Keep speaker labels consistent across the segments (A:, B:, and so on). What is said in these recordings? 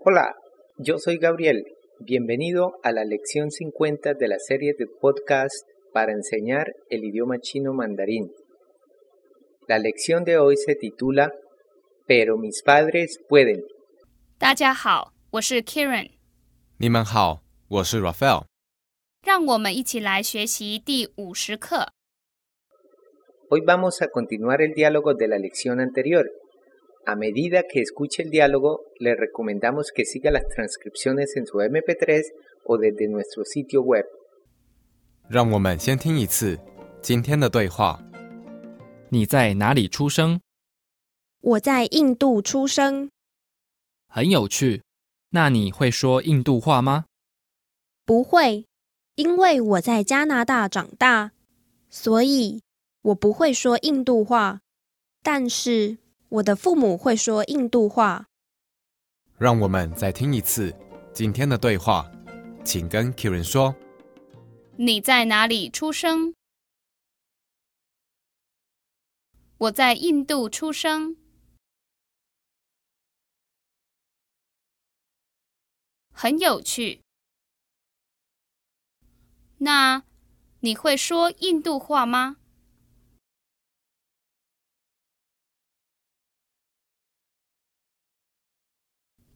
A: Hola, yo soy Gabriel. Bienvenido a la lección 50 de la serie de podcast para enseñar el idioma chino mandarín. La lección de hoy se titula Pero mis padres pueden.
B: 大家好，我是 Karen，
C: 你们好，我是 Raphael。
B: 让我们一起来学习第五十课。
A: Hoy vamos a continuar el diálogo de la lección anterior. A medida que escuche el diálogo, le recomendamos que siga las transcripciones en su MP3 o desde nuestro sitio web.
C: 让我们先听一次今天的对话。
D: 你在哪里出生？
E: 我在印度出生，
D: 很有趣。那你会说印度话吗？
E: 不会，因为我在加拿大长大，所以我不会说印度话。但是我的父母会说印度话。
C: 让我们再听一次今天的对话，请跟 Kieran 说。
B: 你在哪里出生？我在印度出生。很有趣。那你会说印度话吗？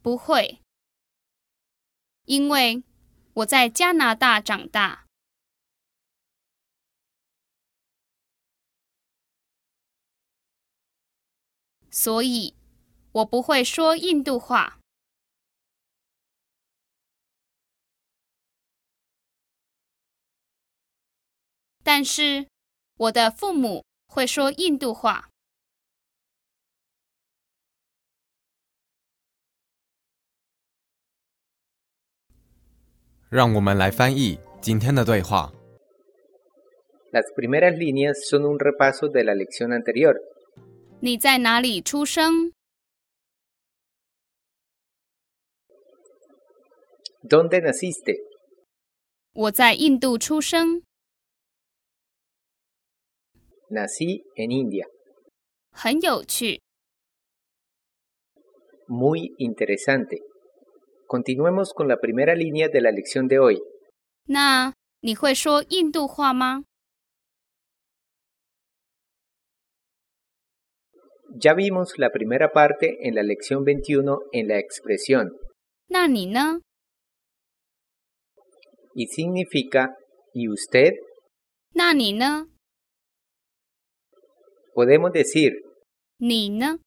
B: 不会，因为我在加拿大长大。所以，我不会说印度话。但是，我的父母会说印度话。
C: 让我们来翻译今天的对话。
A: Las primeras líneas son un repaso de la lección anterior.
B: 你在哪里出生？
A: ¿Dónde naciste?
B: 我在印度出生，
A: Nací en India.
B: 很有趣。
A: Muy interesante. Continuemos con la primera línea de la lección de hoy.
B: 那你会说印度话吗？
A: Ya vimos la primera parte en la lección 21 en la expresión
B: 那你呢？
A: y significa y usted
B: 那你呢？
A: podemos decir
B: 你呢？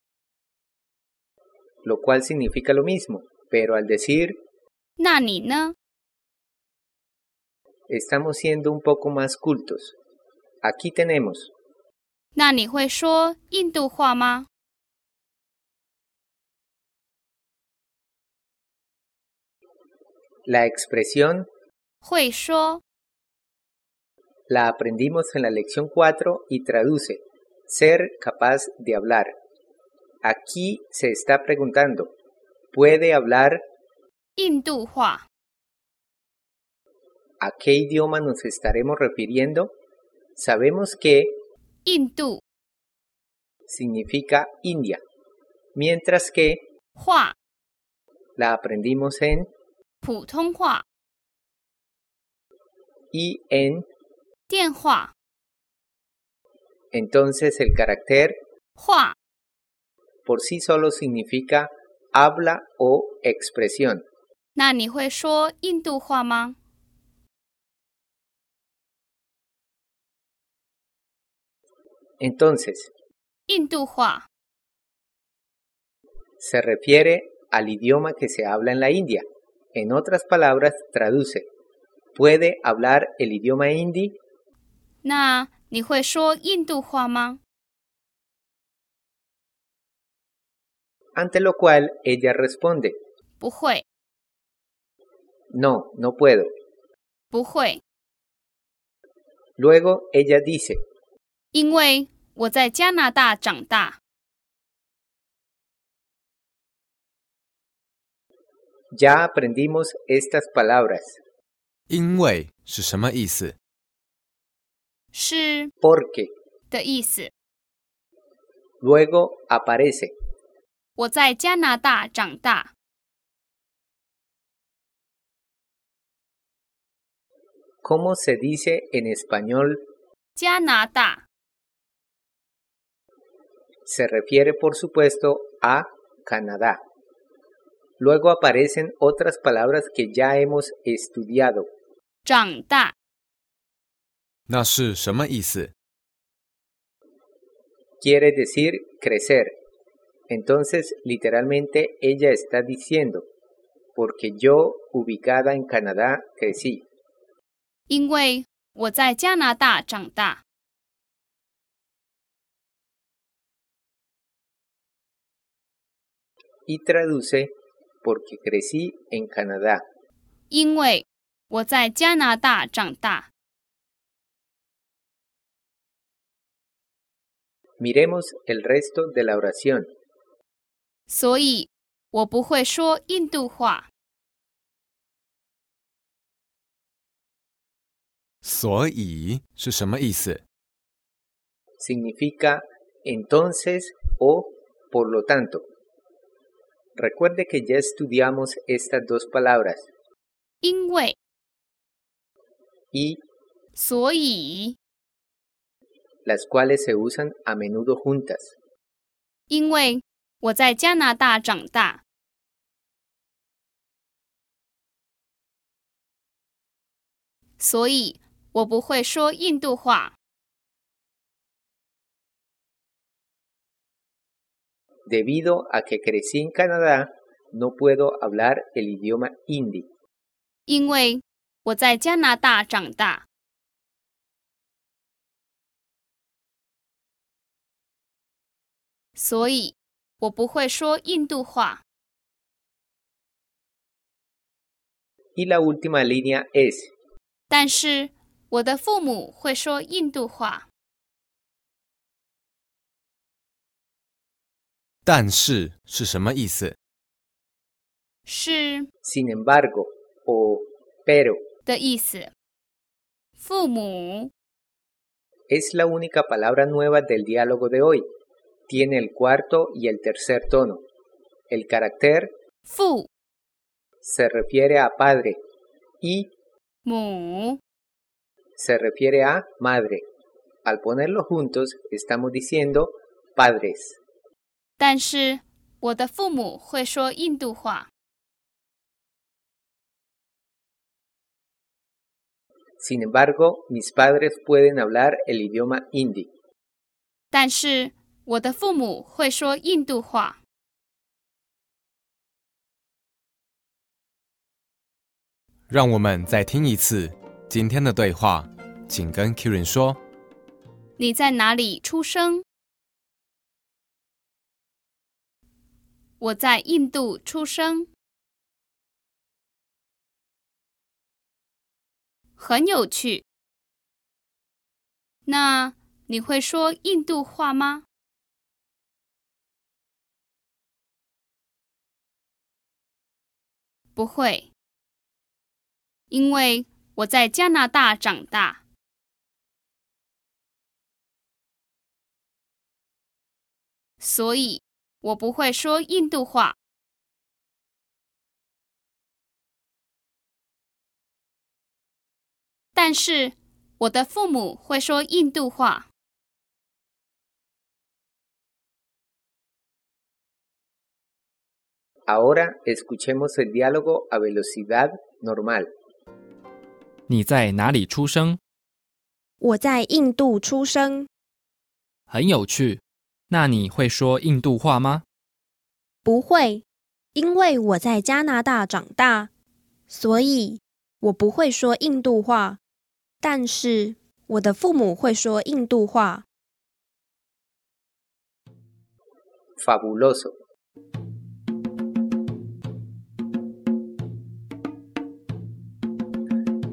A: lo cual significa lo mismo, pero al decir
B: 那你呢？
A: estamos siendo un poco más cultos. Aquí tenemos
B: 那你会说印度话吗？
A: la expresión
B: 会说，
A: la aprendimos en la lección 4 y traduce ser capaz de hablar. Aquí se está preguntando, ¿puede hablar
B: 印度话。
A: a qué idioma nos estaremos refiriendo? Sabemos que
B: 印度
A: significa India, mientras que
B: 话，
A: la aprendimos en
B: 普通话，
A: y en,
B: 电话，
A: entonces el carácter
B: 话，
A: por sí solo significa habla o expresión.
B: 那你会说印度话吗？
A: Entonces,
B: 印度话，
A: se refiere al idioma que se habla en la India. En otras palabras, traduce, ¿puede hablar el idioma hindi?
B: 那你会说印度话吗？
A: Ante lo cual ella responde,
B: 不会，
A: no, no puedo.
B: 不会，
A: Luego ella dice,
B: 因为我在加拿大长大。
A: ya aprendimos estas palabras,
C: 因为是什么意思？
B: 是
A: porque
B: 的意思。
A: luego aparece
B: 我在加拿大长大，
A: ¿Cómo se dice en español
B: 加拿大、
A: se refiere por supuesto a Canadá. Luego aparecen otras palabras que ya hemos estudiado.
B: 长大、
C: 那是什么意思？
A: Quiere decir crecer. Entonces, literalmente, ella está diciendo, porque yo, ubicada en Canadá, crecí.
B: 因为我在加拿大长大。
A: Y traduce, porque crecí en Canadá.
B: 因为我在加拿大长大。
A: Miremos el resto de la oración.
B: 所以我不会说印度话。
C: 所以是什么意思？
A: significa entonces o por lo tanto. Recuerde que ya estudiamos estas dos palabras
B: 因为，
A: y
B: 所以，
A: las cuales se usan a menudo juntas.
B: 因为我在加拿大长大。所以我不会说印度话。
A: Debido a que crecí en Canadá, no puedo hablar el idioma hindi.
B: 因为我在加拿大长大。所以，我不会说印度话。
A: Y la última línea es,
B: 但是，我的父母会说印度话。
C: 但是是什么意思？
B: 是
A: sin embargo, o pero.
B: 的意思。父母
A: Es la única palabra nueva del diálogo de hoy. Tiene el cuarto y el tercer tono. El carácter
B: 父
A: se refiere a padre y
B: 母
A: se refiere a madre. Al ponerlos juntos estamos diciendo padres.
B: 但是我的父母会说印度话。
A: Sin embargo, mis padres pueden hablar el idioma hindi.
B: 但是我的父母会说印度话。
C: 让我们再听一次今天的对话，请跟 Kirin 说。
B: 你在哪里出生？我在印度出生。很有趣。那你会说印度话吗？不会，因为我在加拿大长大。所以我不会说印度话。但是我的父母会说印度话。
A: Ahora escuchemos el diálogo a velocidad normal.
D: 你在哪里出生？
E: 我在印度出生，
D: 很有趣。那你会说印度话吗？
E: 不会，因为我在加拿大长大，所以我不会说印度话。但是我的父母会说印度话。
A: Fabuloso.